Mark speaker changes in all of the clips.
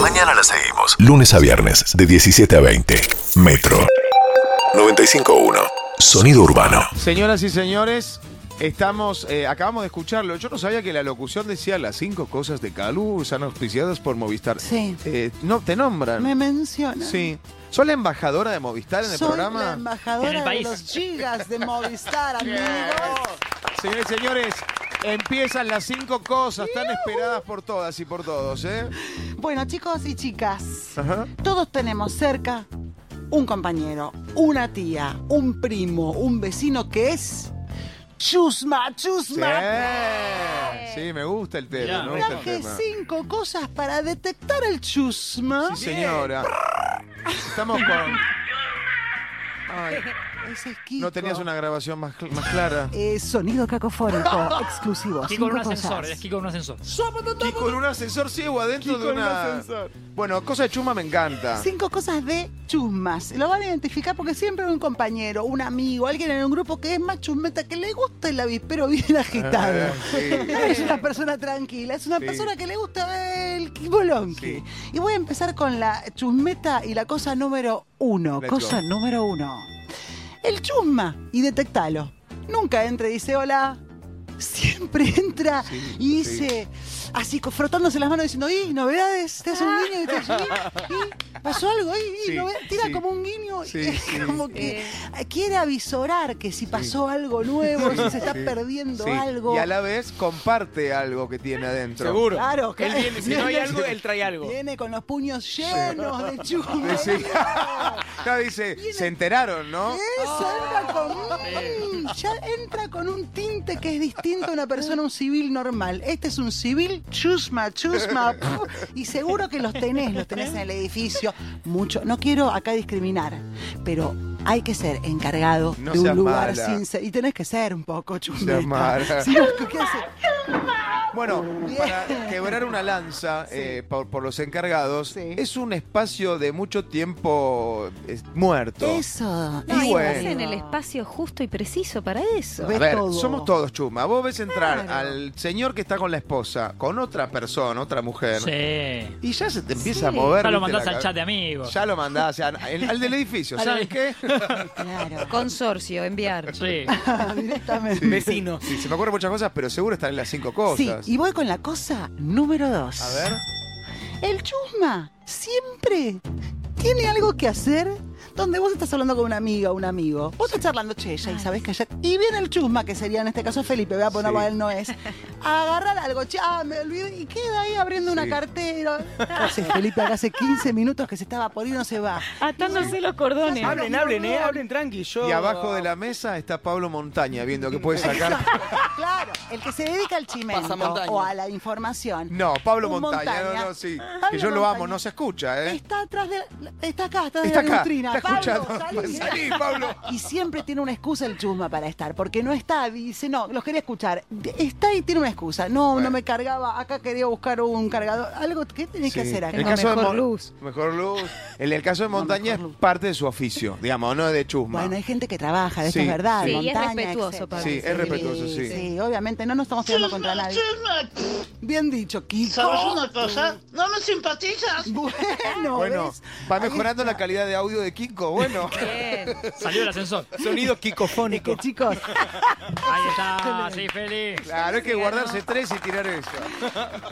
Speaker 1: Mañana la seguimos. Lunes a viernes, de 17 a 20. Metro 95.1. Sonido urbano.
Speaker 2: Señoras y señores, estamos, eh, acabamos de escucharlo. Yo no sabía que la locución decía las cinco cosas de Calú, están auspiciadas por Movistar.
Speaker 3: Sí.
Speaker 2: Eh, no, te nombran.
Speaker 3: Me menciona.
Speaker 2: Sí. ¿Sos la embajadora de Movistar en el
Speaker 3: Soy
Speaker 2: programa?
Speaker 3: la embajadora
Speaker 4: En el
Speaker 3: de
Speaker 4: país.
Speaker 3: los gigas de Movistar, amigos.
Speaker 2: Señores y señores, empiezan las cinco cosas tan esperadas por todas y por todos, ¿eh?
Speaker 3: Bueno, chicos y chicas,
Speaker 2: Ajá.
Speaker 3: todos tenemos cerca un compañero, una tía, un primo, un vecino que es chusma,
Speaker 2: Sí.
Speaker 3: chusma.
Speaker 2: Sí, me gusta el tema,
Speaker 4: Mirá.
Speaker 2: me gusta el
Speaker 3: Traje
Speaker 2: tema.
Speaker 3: cinco cosas para detectar el chusma.
Speaker 2: Sí, señora. Estamos con. Ay,
Speaker 3: Ese es Kiko.
Speaker 2: no tenías una grabación más, cl- más clara.
Speaker 3: Eh, sonido cacofónico exclusivo.
Speaker 4: Aquí con un
Speaker 3: cinco
Speaker 4: ascensor,
Speaker 3: cosas.
Speaker 4: es aquí con un ascensor.
Speaker 2: Y con un ascensor sí o adentro de
Speaker 3: con un
Speaker 2: una.
Speaker 3: ascensor.
Speaker 2: Bueno, cosa de chuma me encanta.
Speaker 3: Cinco cosas de chusmas. Lo van a identificar porque siempre hay un compañero, un amigo, alguien en un grupo que es más chusmeta, que le gusta el avispero bien agitado.
Speaker 2: Ah, sí.
Speaker 3: No es una persona tranquila, es una
Speaker 2: Sí.
Speaker 3: persona que le gusta el bolonqui.
Speaker 2: Sí.
Speaker 3: Y voy a empezar con la chusmeta y la cosa número uno.
Speaker 2: Let's
Speaker 3: cosa
Speaker 2: go.
Speaker 3: número uno. El chusma y detectalo. Nunca entra y dice hola. Siempre entra
Speaker 2: Sí,
Speaker 3: y
Speaker 2: sí.
Speaker 3: dice, así co- frotándose las manos diciendo, ¿y novedades? Te hace un guiño y te hace, "¿Y? ¿Y? ¿Pasó algo? ¿Y? ¿Y
Speaker 2: Sí,
Speaker 3: novedades?". Tira
Speaker 2: sí.
Speaker 3: como un guiño, y
Speaker 2: Sí, sí.
Speaker 3: como que eh, quiere avisorar que si pasó algo nuevo, si se está
Speaker 2: Sí.
Speaker 3: perdiendo
Speaker 2: Sí.
Speaker 3: algo.
Speaker 2: Y a la vez comparte algo que tiene adentro.
Speaker 5: Seguro.
Speaker 3: Claro,
Speaker 5: Él
Speaker 3: claro.
Speaker 5: viene, si no hay algo, él trae algo.
Speaker 3: Viene con los puños llenos de chusma.
Speaker 2: Sí. Ya
Speaker 3: Ah,
Speaker 2: dice, se enteraron, ¿no?
Speaker 3: Eso, entra con un, ya entra con un tinte que es distinto a una persona, un civil normal. Este es un civil chusma, chusma. puf, Y seguro que los tenés, los tenés en el edificio. Mucho. No quiero acá discriminar, pero hay que ser encargado
Speaker 2: No
Speaker 3: de un
Speaker 2: seas
Speaker 3: lugar
Speaker 2: mala.
Speaker 3: sin ser. Y tenés que ser un poco
Speaker 2: mala.
Speaker 3: chusmeta. Si no, ¿qué haces?
Speaker 2: Bueno,
Speaker 3: Bien.
Speaker 2: para quebrar una lanza eh, por, por los encargados,
Speaker 3: Sí.
Speaker 2: es un espacio de mucho tiempo es, muerto.
Speaker 3: Eso.
Speaker 2: No,
Speaker 6: No,
Speaker 2: Y
Speaker 6: y
Speaker 2: bueno.
Speaker 6: estás en el espacio justo y preciso para eso.
Speaker 3: Ve-
Speaker 2: A ver,
Speaker 3: todo.
Speaker 2: somos todos chuma. Vos ves entrar
Speaker 6: Claro.
Speaker 2: al señor que está con la esposa, con otra persona, otra mujer,
Speaker 4: Sí.
Speaker 2: y ya se te empieza a
Speaker 6: Sí.
Speaker 2: mover.
Speaker 4: Ya lo
Speaker 2: viste,
Speaker 4: mandás
Speaker 2: la
Speaker 4: al
Speaker 2: cabeza.
Speaker 4: chat de amigos.
Speaker 2: Ya lo mandás o sea, al, al del edificio,
Speaker 4: Al
Speaker 2: ¿sabes qué?
Speaker 3: Claro.
Speaker 6: Consorcio, enviar.
Speaker 4: Sí.
Speaker 3: Directamente.
Speaker 5: Vecino.
Speaker 2: Sí, se me ocurren muchas cosas, pero seguro están en las cinco cosas.
Speaker 3: Sí, y voy con la cosa número dos.
Speaker 2: A ver.
Speaker 3: El chusma siempre tiene algo que hacer donde vos estás hablando con una amiga o un amigo. Vos estás charlando, che, ya, y sabés que ayer... Y viene el chusma, que sería en este caso Felipe, voy a poner
Speaker 2: Sí.
Speaker 3: para él no es. Agarrar algo, che, ah, me olvidé. Y queda ahí abriendo una
Speaker 2: Sí.
Speaker 3: cartera. Entonces Felipe acá hace 15 minutos que se estaba por ir, no se va.
Speaker 6: Atándose los cordones.
Speaker 5: Hablen, hablen, eh, hablen tranqui. Yo...
Speaker 2: Y abajo de la mesa está Pablo Montaña viendo que puede sacar.
Speaker 3: Claro, el que se dedica al chimento
Speaker 5: Pasamontaña.
Speaker 3: o a la información.
Speaker 2: No, Pablo
Speaker 3: Un
Speaker 2: Montaña, no, no, sí. que
Speaker 3: Pablo
Speaker 2: yo lo amo,
Speaker 3: Montaña. Este
Speaker 2: no se escucha, ¿eh?
Speaker 3: Está atrás de la- Está acá, está de
Speaker 2: Está
Speaker 3: la
Speaker 2: acá,
Speaker 3: vitrina.
Speaker 2: está
Speaker 3: Pablo,
Speaker 2: escuchando. Pues
Speaker 3: salí.
Speaker 2: Salí, Pablo.
Speaker 3: Y siempre tiene una excusa el chusma para estar, porque no está, dice, no, los quería escuchar. Está y tiene una excusa. No,
Speaker 2: Bueno.
Speaker 3: no me cargaba, acá quería buscar un cargador. Algo, ¿qué tenés que
Speaker 2: Sí.
Speaker 3: hacer
Speaker 2: En el
Speaker 3: acá?
Speaker 6: Tengo
Speaker 2: caso de
Speaker 6: mejor
Speaker 2: Mon-
Speaker 6: luz.
Speaker 2: Mejor luz. En el caso de
Speaker 3: No,
Speaker 2: Montaña es
Speaker 3: mejor luz.
Speaker 2: parte de su oficio, digamos, no es de chusma.
Speaker 3: Bueno, hay gente que trabaja, de
Speaker 2: Sí,
Speaker 3: es verdad.
Speaker 2: sí.
Speaker 6: Sí, y es
Speaker 3: montaña,
Speaker 6: respetuoso,
Speaker 3: etcétera.
Speaker 6: Pablo.
Speaker 2: Sí, es respetuoso, sí.
Speaker 3: Sí, obviamente, no nos estamos tirando contra nadie. Bien dicho, Kiko.
Speaker 7: ¿Sabes una cosa? ¿No me simpatizas?
Speaker 3: Bueno,
Speaker 2: Bueno,
Speaker 3: ¿ves?
Speaker 2: va
Speaker 3: Ahí
Speaker 2: mejorando
Speaker 3: está.
Speaker 2: la calidad de audio de Kiko, bueno.
Speaker 6: Bien.
Speaker 4: Salió del ascensor.
Speaker 5: Sonido
Speaker 3: Que
Speaker 5: quicofónico.
Speaker 3: chicos,
Speaker 4: Ahí está. Sí, feliz.
Speaker 2: Claro, hay que guardarse tres y tirar eso.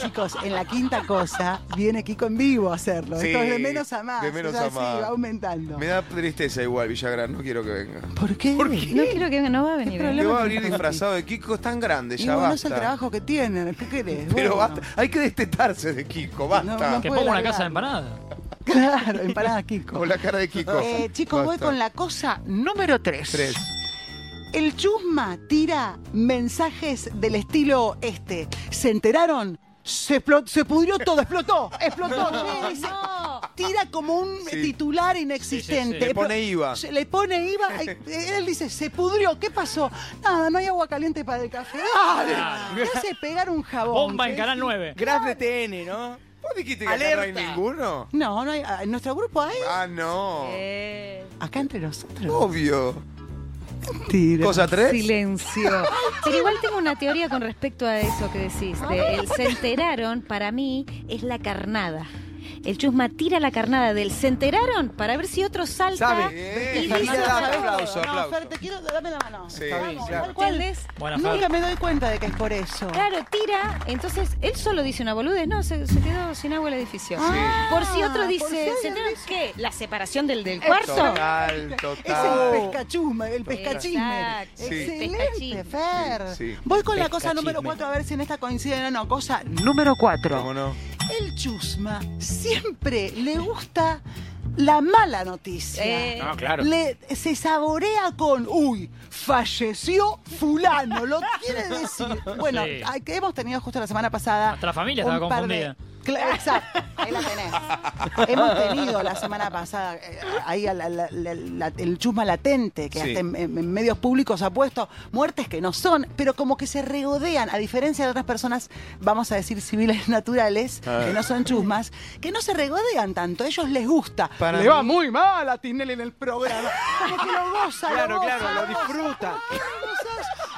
Speaker 3: chicos, en la quinta cosa viene Kiko en vivo a hacerlo.
Speaker 2: Sí,
Speaker 3: Esto es de menos a más.
Speaker 2: de menos
Speaker 3: es
Speaker 2: a
Speaker 3: así,
Speaker 2: más.
Speaker 3: va aumentando.
Speaker 2: Me da tristeza igual, Villagrán, no quiero que venga.
Speaker 3: ¿Por qué?
Speaker 5: ¿Por qué?
Speaker 6: No quiero que no va a venir.
Speaker 2: Te
Speaker 6: ¿eh?
Speaker 3: problema?
Speaker 2: va a venir disfrazado de Kiko, es tan grande,
Speaker 3: Y
Speaker 2: ya
Speaker 3: bueno, es el
Speaker 2: basta.
Speaker 3: trabajo que tienen. ¿Qué querés?
Speaker 2: Pero
Speaker 3: Bueno.
Speaker 2: basta, hay que destetarse de Kiko, basta.
Speaker 3: No,
Speaker 4: Que
Speaker 3: puede
Speaker 4: pongo una
Speaker 3: largar.
Speaker 4: casa de empanada.
Speaker 3: Claro, empanada Kiko.
Speaker 2: Con la cara de Kiko.
Speaker 3: Eh, chicos, voy
Speaker 2: Basta.
Speaker 3: con la cosa número 3.
Speaker 2: Tres.
Speaker 3: El chusma tira mensajes del estilo este. ¿Se enteraron? Se, explo- se pudrió todo, explotó, explotó. che, dice,
Speaker 6: No.
Speaker 3: Tira como un
Speaker 2: Sí.
Speaker 3: titular inexistente.
Speaker 4: Sí, sí, sí.
Speaker 2: Le pone IVA.
Speaker 3: Se- Le pone IVA. ay, Él dice, se pudrió, ¿qué pasó? Nada, no hay agua caliente para el café. Dale.
Speaker 4: Claro.
Speaker 3: Me hace pegar un jabón.
Speaker 4: Bomba en
Speaker 3: ¿sí?
Speaker 4: Canal 9.
Speaker 5: Graf de TN, ¿no?
Speaker 2: ¿Vos dijiste que acá no hay
Speaker 5: Alerta.
Speaker 2: ninguno?
Speaker 3: No, no hay. En nuestro grupo hay.
Speaker 2: Ah, no.
Speaker 3: Eh.
Speaker 6: Bien.
Speaker 3: Acá entre nosotros.
Speaker 2: Obvio.
Speaker 3: Mentira.
Speaker 2: Oh, Cosa tres.
Speaker 6: Silencio. Pero igual tengo una teoría con respecto a eso que decís. de el se enteraron, para mí, es la carnada. El chusma tira la carnada del ¿se enteraron? para ver si otro salta.
Speaker 5: Sabe.
Speaker 2: Bien.
Speaker 6: Y listo,
Speaker 5: Carnada,
Speaker 6: ¿sabes?
Speaker 5: aplauso,
Speaker 3: No, Fer,
Speaker 5: aplauso.
Speaker 3: te quiero, dame la mano.
Speaker 2: Sí,
Speaker 5: Está bien,
Speaker 3: Vamos,
Speaker 5: claro.
Speaker 3: tal cual.
Speaker 6: ¿Entendés?
Speaker 4: Buena
Speaker 3: Nunca
Speaker 4: Fer.
Speaker 3: me doy cuenta de que es por eso.
Speaker 6: Claro, tira. Entonces, él solo dice una boludez. No, se, se quedó sin agua el edificio.
Speaker 3: Ah,
Speaker 6: Por si otro
Speaker 3: por
Speaker 6: dice,
Speaker 3: si alguien
Speaker 6: ¿se enteraron
Speaker 3: dice-
Speaker 6: qué? ¿La separación del, del cuarto?
Speaker 2: Total,
Speaker 3: Es
Speaker 2: total.
Speaker 3: el pescachusma, el pescachisme.
Speaker 6: Exacto.
Speaker 2: Oh. Sí.
Speaker 3: Excelente,
Speaker 6: Pescachisme.
Speaker 3: Fer.
Speaker 2: Sí, sí.
Speaker 3: Voy con la cosa
Speaker 4: Pescachisme.
Speaker 3: número 4, a ver si en esta coinciden o no. Cosa número 4.
Speaker 2: ¿Cómo no?
Speaker 3: El chusma siempre le gusta la mala noticia.
Speaker 6: Eh,
Speaker 2: Ah,
Speaker 5: No, claro.
Speaker 3: Le, se saborea con, uy, falleció fulano, lo quiere decir. Bueno,
Speaker 4: Sí.
Speaker 3: ay, que hemos tenido justo la semana pasada.
Speaker 4: Hasta la familia
Speaker 3: un
Speaker 4: estaba
Speaker 3: par de-
Speaker 4: confundida.
Speaker 3: Cla- Exacto, ahí la tenés. hemos tenido la semana pasada, eh, ahí a la- la- la- la- el chusma latente, que
Speaker 2: Sí.
Speaker 3: hasta en, en- en medios públicos ha puesto muertes que no son, pero como que se regodean, a diferencia de otras personas, vamos a decir civiles naturales, que no son chusmas, que no se regodean tanto, a ellos les gusta.
Speaker 2: Para
Speaker 3: Le
Speaker 2: mí-
Speaker 3: va muy mal a Tinelli en el programa. Como que lo goza,
Speaker 5: Claro,
Speaker 3: lo goza,
Speaker 5: claro, lo
Speaker 3: goza.
Speaker 5: disfruta.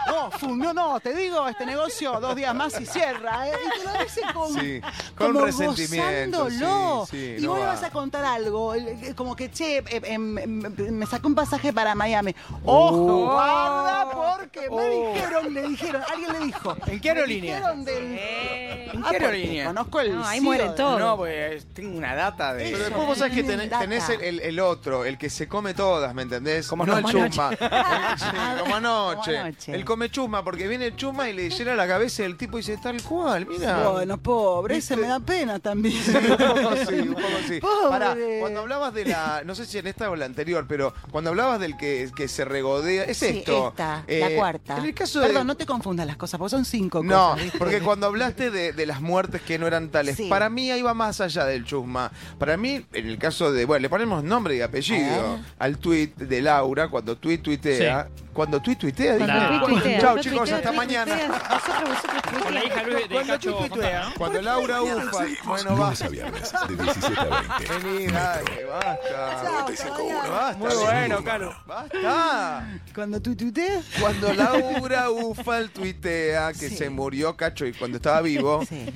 Speaker 3: No, fundió, no, te digo, este negocio dos días más y cierra, ¿eh? Y te lo dice con,
Speaker 2: Sí, con
Speaker 3: como
Speaker 2: resentimiento,
Speaker 3: gozándolo.
Speaker 2: sí, sí,
Speaker 3: y
Speaker 2: no
Speaker 3: vos
Speaker 2: va.
Speaker 3: le vas a contar algo, el- el- como que, che, eh, em, em, me sacó un pasaje para Miami. Ojo,
Speaker 5: Oh.
Speaker 3: guarda, porque me
Speaker 5: Oh.
Speaker 3: dijeron, le dijeron, alguien le dijo.
Speaker 5: ¿En qué
Speaker 3: Me
Speaker 5: aerolínea?
Speaker 3: dijeron del-
Speaker 6: eh,
Speaker 5: ¿En
Speaker 3: Ah,
Speaker 5: qué
Speaker 3: porque
Speaker 5: aerolínea?
Speaker 3: Conozco el
Speaker 6: No, ahí
Speaker 3: CEO
Speaker 6: mueren
Speaker 3: de-
Speaker 6: todos. Todo.
Speaker 5: No, pues tengo una data de.
Speaker 2: Pero
Speaker 3: Eso,
Speaker 2: después vos sabés que tenés,
Speaker 3: data.
Speaker 2: tenés el, el- el otro, el que se come todas, ¿me entendés?
Speaker 5: Como
Speaker 2: no el
Speaker 5: anoche.
Speaker 2: chusma. El- sí, como anoche.
Speaker 3: Como anoche.
Speaker 2: El come chusma, porque viene el chusma y le llena la cabeza y el tipo dice, tal cual, mira.
Speaker 3: Bueno, pobre, se
Speaker 2: ¿Viste?
Speaker 3: me da pena también.
Speaker 2: Sí, un poco sí, un poco sí.
Speaker 3: Pobre.
Speaker 2: Pará, cuando hablabas de la, no sé si en esta o la anterior, pero cuando hablabas del que, que se regodea, es
Speaker 3: Sí,
Speaker 2: esto.
Speaker 3: esta,
Speaker 2: Eh,
Speaker 3: la cuarta.
Speaker 2: En el caso
Speaker 3: Perdón,
Speaker 2: de,
Speaker 3: no te confundas las cosas, porque son cinco
Speaker 2: No,
Speaker 3: cosas. ¿viste?
Speaker 2: porque cuando hablaste de, de las muertes que no eran tales,
Speaker 3: Sí.
Speaker 2: para mí ahí va más allá del chusma. Para mí, en el caso de, bueno, le ponemos nombre y apellido al tuit de Laura, cuando tuit tuitea, cuando tuit tuitea,
Speaker 6: cuando
Speaker 2: dije,
Speaker 4: Nah.
Speaker 6: fui tuiteo,
Speaker 2: chau
Speaker 6: yo
Speaker 2: chicos,
Speaker 6: tuiteo,
Speaker 2: hasta
Speaker 6: tuiteo,
Speaker 2: mañana.
Speaker 6: tuiteo, Nosotros, vosotros
Speaker 4: Con la
Speaker 6: tuitean.
Speaker 4: hija de, de
Speaker 5: Cuando
Speaker 4: Cacho
Speaker 5: tú tuiteas.
Speaker 4: Fontana.
Speaker 2: Cuando Laura ufa, bueno,
Speaker 1: Lunes
Speaker 2: basta.
Speaker 1: a viernes, de 17 a 20.
Speaker 2: Vení, dale, basta.
Speaker 1: 95.1.
Speaker 2: Basta,
Speaker 5: Muy
Speaker 2: sin
Speaker 5: bueno,
Speaker 2: humor.
Speaker 5: Caro.
Speaker 2: Basta.
Speaker 3: Cuando tú tuiteas.
Speaker 2: Cuando Laura Ufal tuitea que
Speaker 3: Sí.
Speaker 2: se murió Cacho y cuando estaba vivo,
Speaker 3: Sí.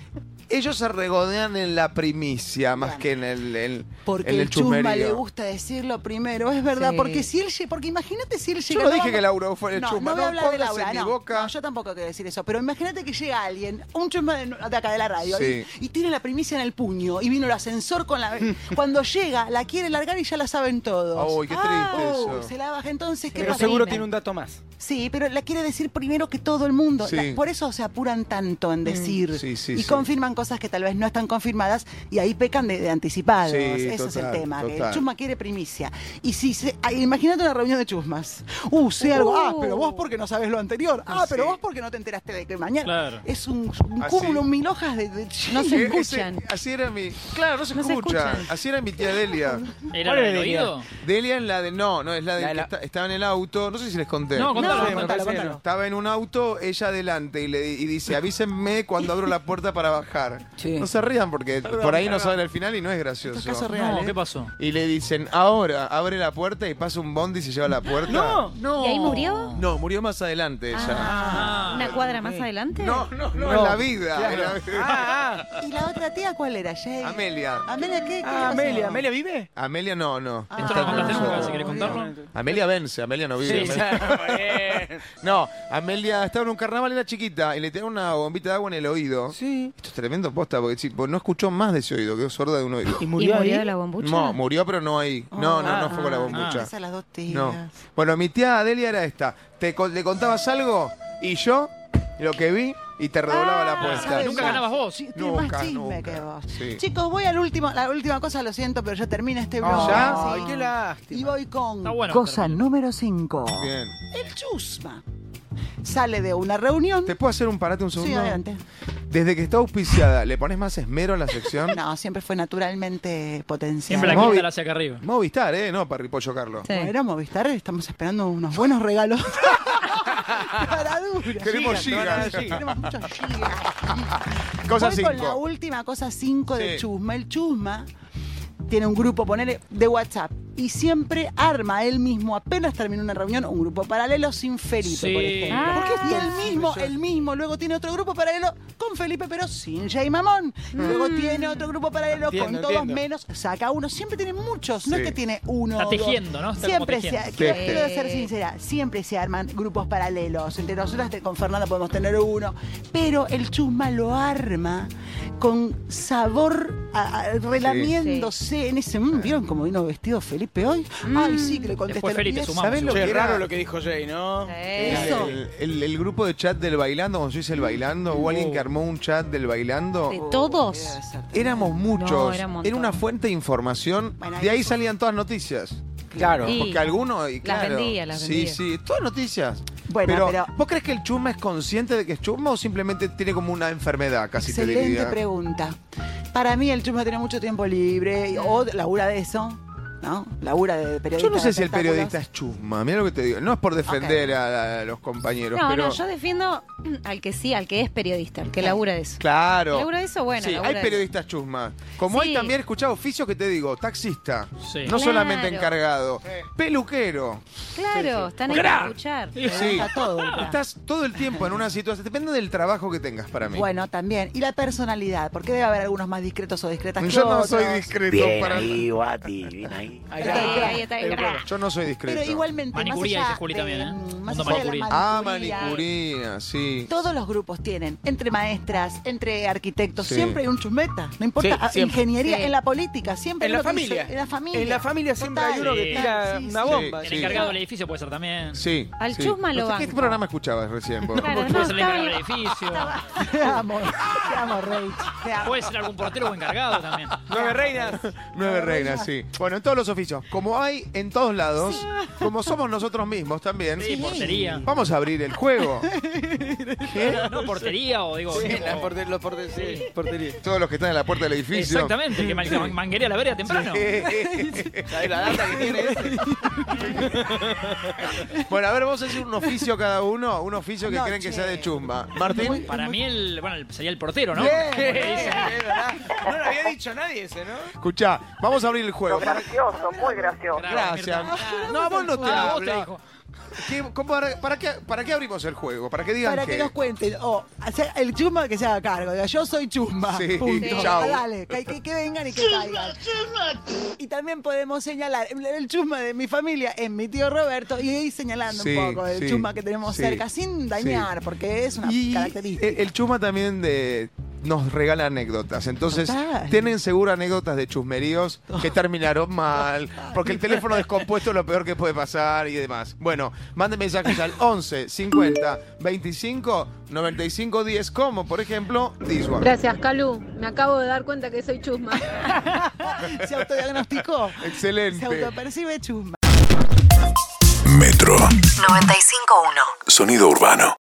Speaker 2: Ellos se regodean en la primicia más que en el, en-
Speaker 3: Porque
Speaker 2: en
Speaker 3: el,
Speaker 2: el
Speaker 3: chusma
Speaker 2: chusmerío.
Speaker 3: le gusta decirlo primero, es verdad,
Speaker 6: Sí.
Speaker 3: porque si él lle- porque imagínate si él llega
Speaker 2: Yo no
Speaker 3: no
Speaker 2: dije
Speaker 3: vamos-
Speaker 2: que Laura fuera el
Speaker 3: no,
Speaker 2: chusma,
Speaker 3: no voy
Speaker 2: no
Speaker 3: a hablar de
Speaker 2: pongas en
Speaker 3: Laura,
Speaker 2: mi
Speaker 3: no,
Speaker 2: boca.
Speaker 3: no, yo tampoco quiero decir eso, pero imagínate que llega alguien, un chusma de, de acá de la radio
Speaker 2: Sí.
Speaker 3: y, y tiene la primicia en el puño y vino el ascensor con la cuando llega la quiere largar y ya la saben todos.
Speaker 2: Ay, qué triste
Speaker 3: Oh,
Speaker 2: eso.
Speaker 3: se la baja entonces, ¿qué
Speaker 5: Pero
Speaker 3: pasa?
Speaker 5: seguro
Speaker 6: Dime.
Speaker 5: tiene un dato más.
Speaker 3: Sí, pero la quiere decir primero que todo el mundo.
Speaker 2: Sí.
Speaker 3: La- por eso se apuran tanto en decir.
Speaker 2: Sí, sí,
Speaker 3: y
Speaker 2: sí.
Speaker 3: confirman cosas que tal vez no están confirmadas y ahí pecan de, de anticipados.
Speaker 2: Sí,
Speaker 3: eso es el
Speaker 2: total,
Speaker 3: tema. Que
Speaker 2: total.
Speaker 3: el chusma quiere primicia. Y si se- ay, imagínate una reunión de chusmas. Uh, sé algo. Ah, pero vos porque no sabés lo anterior. Ah, pero
Speaker 2: Sí.
Speaker 3: vos porque no te enteraste de que mañana.
Speaker 4: Claro.
Speaker 3: Es un, un
Speaker 2: Así.
Speaker 3: cúmulo, un mil hojas de, de
Speaker 6: No
Speaker 2: Eh, ese-
Speaker 6: se escuchan.
Speaker 2: así era mi. Claro, no se,
Speaker 6: No se
Speaker 2: escucha.
Speaker 6: escuchan.
Speaker 2: Así era mi tía Delia.
Speaker 4: ¿Era
Speaker 5: ¿Cuál
Speaker 4: la
Speaker 5: era
Speaker 4: del
Speaker 5: el día?
Speaker 4: oído?
Speaker 2: Delia en la de. No, no, es la de
Speaker 5: La de
Speaker 2: que
Speaker 5: la-
Speaker 2: está- estaba en el auto. No sé si les conté.
Speaker 4: No,
Speaker 5: No,
Speaker 4: contalo,
Speaker 5: sí, me
Speaker 4: contalo,
Speaker 5: parece que
Speaker 4: contalo.
Speaker 5: no.
Speaker 2: Estaba en un auto, ella adelante, y, le, di- y dice, avísenme cuando abro la puerta para bajar.
Speaker 5: Sí.
Speaker 2: No se rían porque por ahí no saben el final y no es gracioso.
Speaker 3: Esto es caso real.
Speaker 4: No,
Speaker 3: ¿eh?
Speaker 4: ¿qué pasó?
Speaker 2: Y le dicen, ahora abre la puerta y pasa un bondi y se lleva la puerta.
Speaker 5: No.
Speaker 6: ¿Y ahí murió?
Speaker 2: No, murió más adelante ella.
Speaker 6: Ah, ¿Una cuadra más adelante?
Speaker 2: no, no, no,
Speaker 5: No.
Speaker 2: en la vida. en la vida.
Speaker 5: Ah, ah.
Speaker 3: ¿Y la otra tía cuál era? Jay?
Speaker 2: Amelia.
Speaker 3: Amelia, ¿qué? qué
Speaker 5: Ah,
Speaker 3: le pasó?
Speaker 5: Amelia, ¿Amelia vive?
Speaker 2: Amelia no, no.
Speaker 3: Ah.
Speaker 2: no
Speaker 4: Esto
Speaker 2: está
Speaker 4: lo
Speaker 2: con
Speaker 4: contaste nunca,
Speaker 2: nosotros.
Speaker 4: si querés contarlo.
Speaker 2: Amelia vence, Amelia no vive.
Speaker 5: Sí,
Speaker 2: Amelia-
Speaker 5: muy bien.
Speaker 2: No, Amelia estaba en un carnaval, era chiquita, y le tiraron una bombita de agua en el oído.
Speaker 5: Sí.
Speaker 2: Esto es tremendo posta, porque tipo, no escuchó más de ese oído, quedó sorda de un oído.
Speaker 5: ¿Y
Speaker 6: ¿Y
Speaker 5: murió,
Speaker 6: murió
Speaker 5: ahí?
Speaker 6: de la bombucha?
Speaker 2: No, murió, pero no ahí.
Speaker 3: Oh,
Speaker 2: No, no, no fue con la
Speaker 6: Ah.
Speaker 2: bombucha.
Speaker 3: Esas las dos tías.
Speaker 2: No. Bueno, mi tía Adelia era esta. Te, co- le contabas algo y yo lo que vi y te redoblaba la
Speaker 4: Ah,
Speaker 2: apuesta.
Speaker 4: ¿sabes? Nunca ganabas vos.
Speaker 3: Sí, tiene
Speaker 2: Nunca,
Speaker 3: más chisme
Speaker 2: nunca.
Speaker 3: que vos.
Speaker 2: Sí. Ah,
Speaker 3: Chicos, voy al último, la última cosa, lo siento, pero ya termina este blog.
Speaker 2: ¿Ya?
Speaker 5: Ay, qué lástima.
Speaker 3: Y voy con
Speaker 4: Está bueno.
Speaker 3: cosa
Speaker 4: Carmen.
Speaker 3: número 5.
Speaker 2: Bien.
Speaker 3: El chusma. Sale de una reunión.
Speaker 2: ¿Te puedo hacer un parate un segundo?
Speaker 3: Sí, adelante.
Speaker 2: Desde que está auspiciada, ¿le pones más esmero a la sección?
Speaker 3: No, siempre fue naturalmente potencial.
Speaker 4: Siempre la
Speaker 2: Móvil.
Speaker 4: quinta la hace acá arriba.
Speaker 2: Movistar, ¿eh? No, Parripollo Carlos.
Speaker 6: Sí.
Speaker 3: Bueno, Movistar, estamos esperando unos buenos regalos. Para dura.
Speaker 2: Queremos
Speaker 5: Giga,
Speaker 2: gigas.
Speaker 5: giga.
Speaker 3: Tenemos muchos gigas.
Speaker 2: Cosa
Speaker 3: Voy con la
Speaker 2: 5.
Speaker 3: última cosa 5
Speaker 2: Sí.
Speaker 3: del chusma. El chusma tiene un grupo, ponele, de WhatsApp. y siempre arma él mismo, apenas termina una reunión, un grupo paralelo sin Felipe,
Speaker 4: Sí.
Speaker 3: por ejemplo.
Speaker 6: Ah.
Speaker 3: Porque es- y él mismo, él mismo, luego tiene otro grupo paralelo con Felipe, pero sin Jay Mamón. Luego tiene otro grupo paralelo con
Speaker 5: Entiendo,
Speaker 3: todos
Speaker 5: entiendo.
Speaker 3: menos, saca uno. Siempre tiene muchos, no es
Speaker 2: Sí.
Speaker 3: que tiene uno.
Speaker 4: Está
Speaker 3: o dos.
Speaker 4: tejiendo, ¿no? Está como
Speaker 3: siempre se,
Speaker 4: tejiendo.
Speaker 3: quiero,
Speaker 2: Sí.
Speaker 3: quiero ser sincera, siempre se arman grupos paralelos. Entre nosotras te- con Fernanda podemos tener uno, pero el chusma lo arma con sabor a- a- relamiéndose en ese. mm, ¿Vieron cómo vino vestido Felipe hoy?
Speaker 2: Mm.
Speaker 3: Ay, sí, que le contesté.
Speaker 4: Después
Speaker 3: lo
Speaker 4: Felipe,
Speaker 3: pides.
Speaker 4: sumamos.
Speaker 2: ¿sabés lo
Speaker 4: seguro.
Speaker 5: Che,
Speaker 2: que era?
Speaker 5: raro lo que dijo Jay, ¿no?
Speaker 6: Eh,
Speaker 3: Eso.
Speaker 2: El, el- el grupo de chat del bailando, cuando yo hice el bailando, o alguien que armó un chat del bailando,
Speaker 6: De todos.
Speaker 2: éramos muchos.
Speaker 6: era un montón.
Speaker 2: era una fuente de información.
Speaker 3: Bueno,
Speaker 2: de ahí
Speaker 3: eso-
Speaker 2: salían todas noticias.
Speaker 5: Claro.
Speaker 6: Y-
Speaker 2: Porque alguno, y
Speaker 6: Las
Speaker 2: claro.
Speaker 6: vendía, las
Speaker 2: sí,
Speaker 6: vendía.
Speaker 2: sí, todas noticias.
Speaker 3: Bueno,
Speaker 2: pero,
Speaker 3: pero-
Speaker 2: ¿vos crees que el chusma es consciente de que es chusma o simplemente tiene como una enfermedad, casi te
Speaker 3: Excelente
Speaker 2: diría?
Speaker 3: pregunta. Para mí el chusma tiene mucho tiempo libre y- o labura de eso, ¿no? Labura de periodista.
Speaker 2: Yo no
Speaker 3: de
Speaker 2: sé si el periodista
Speaker 3: espectáculos.
Speaker 2: es chusma, mira lo que te digo. No es por defender a, a los compañeros,
Speaker 6: No,
Speaker 2: pero
Speaker 6: no, yo defiendo al que sí, al que es periodista, al que labura de eso.
Speaker 2: claro.
Speaker 6: Labura de eso, bueno,
Speaker 2: sí,
Speaker 6: labura
Speaker 2: hay
Speaker 6: de
Speaker 2: periodistas chusma. Como
Speaker 6: Sí.
Speaker 2: hay también escuchado oficios que te digo, taxista,
Speaker 4: Sí.
Speaker 2: no solamente
Speaker 6: Claro.
Speaker 2: encargado, peluquero.
Speaker 6: Claro, están ahí para escuchar.
Speaker 2: Sí.
Speaker 3: Está todo. ¿verdad?
Speaker 2: Estás todo el tiempo en una situación, depende del trabajo que tengas para mí.
Speaker 3: Bueno, también. Y la personalidad, porque debe haber algunos más discretos o discretas que
Speaker 2: yo no
Speaker 3: otros.
Speaker 2: soy discreto para
Speaker 5: Ahí
Speaker 6: Ahí,
Speaker 5: está.
Speaker 6: ahí está, ahí está.
Speaker 2: Yo no soy discreto.
Speaker 3: Pero igualmente,
Speaker 4: Manicuría,
Speaker 3: más allá
Speaker 4: dice Juli
Speaker 3: de-
Speaker 4: también, ¿eh?
Speaker 3: Más
Speaker 4: Mundo
Speaker 3: allá de la
Speaker 4: manicuría.
Speaker 2: Ah,
Speaker 3: manicuría,
Speaker 2: manicurina, sí.
Speaker 3: Todos los grupos tienen, entre maestras, entre arquitectos,
Speaker 2: Sí.
Speaker 3: siempre hay un chumeta. No importa,
Speaker 5: Sí,
Speaker 3: ah,
Speaker 5: siempre.
Speaker 3: ingeniería,
Speaker 6: Sí.
Speaker 3: en la política, siempre.
Speaker 5: En
Speaker 3: es
Speaker 5: la
Speaker 3: lo que dice-
Speaker 5: familia.
Speaker 3: En la familia.
Speaker 5: En la familia siempre
Speaker 3: Total,
Speaker 5: hay uno que
Speaker 4: sí.
Speaker 5: tira
Speaker 3: Sí, sí,
Speaker 5: una
Speaker 3: sí.
Speaker 5: bomba.
Speaker 2: Sí.
Speaker 4: El encargado del edificio puede ser también.
Speaker 2: Sí.
Speaker 6: Al
Speaker 2: sí.
Speaker 6: chusma lo
Speaker 2: No sé ¿Qué
Speaker 6: banco.
Speaker 2: programa escuchabas recién? vos?
Speaker 6: Claro,
Speaker 4: Puede
Speaker 6: no,
Speaker 4: ser el encargado del
Speaker 6: estaba-
Speaker 4: edificio.
Speaker 3: Te amo, te amo, Rach, te amo.
Speaker 4: Puede ser algún portero o encargado también.
Speaker 5: Nueve reinas.
Speaker 2: Nueve reinas, sí. Bueno, en todos los oficios. Como hay en todos lados, como somos nosotros mismos también.
Speaker 4: Sí, portería.
Speaker 2: Vamos a abrir el juego.
Speaker 4: No, portería o digo.
Speaker 5: Sí,
Speaker 4: tipo-
Speaker 5: la porter- los porter- sí, portería.
Speaker 2: Todos los que están en la puerta del edificio.
Speaker 4: Exactamente, Ah, que man- que man- manguerea la vereda temprano.
Speaker 5: ¿Sabés la data que tiene ese?
Speaker 2: Bueno, a ver, vamos a decir un oficio cada uno, un oficio que
Speaker 3: No,
Speaker 2: creen que
Speaker 3: che.
Speaker 2: sea de chumba. Martín.
Speaker 4: Para mí el, bueno, el- sería el portero, ¿no?
Speaker 2: Bien.
Speaker 4: Como le dicen.
Speaker 5: Es verdad. No lo había dicho nadie ese, ¿no?
Speaker 2: Escuchá, vamos a abrir el juego.
Speaker 8: gracioso, muy gracioso.
Speaker 2: Gracias.
Speaker 4: Mirta.
Speaker 2: No, vos no te
Speaker 4: Ah, vos te
Speaker 2: hablas.
Speaker 4: dijo.
Speaker 2: ¿Qué- cómo- para, para qué, ¿Para qué abrimos el juego? ¿Para qué digan
Speaker 3: Para que nos cuenten, o sea, el chusma que se haga cargo, diga, yo soy chusma,
Speaker 2: Sí,
Speaker 3: punto.
Speaker 2: sí. Chau.
Speaker 3: Dale, que, que- que vengan y que
Speaker 7: Chusma,
Speaker 3: caigan.
Speaker 7: chusma.
Speaker 3: Y también podemos señalar el, el chusma de mi familia en mi tío Roberto y ahí señalando
Speaker 2: Sí,
Speaker 3: un poco el
Speaker 2: sí,
Speaker 3: chusma que tenemos
Speaker 2: sí,
Speaker 3: cerca, sin dañar, porque es una
Speaker 2: Y
Speaker 3: característica.
Speaker 2: el, el chusma también de- nos regala anécdotas. Entonces,
Speaker 3: Total.
Speaker 2: tienen seguro anécdotas de chusmeríos que terminaron mal, porque el teléfono descompuesto es lo peor que puede pasar y demás. Bueno, manden mensajes al 11 50 25 95 10, como por ejemplo, this one.
Speaker 9: Gracias, Calu. Me acabo de dar cuenta que soy chusma.
Speaker 3: Se autodiagnosticó. Se
Speaker 2: Excelente.
Speaker 3: autopercibe chusma.
Speaker 1: Metro.
Speaker 8: 95.1.
Speaker 1: Sonido urbano.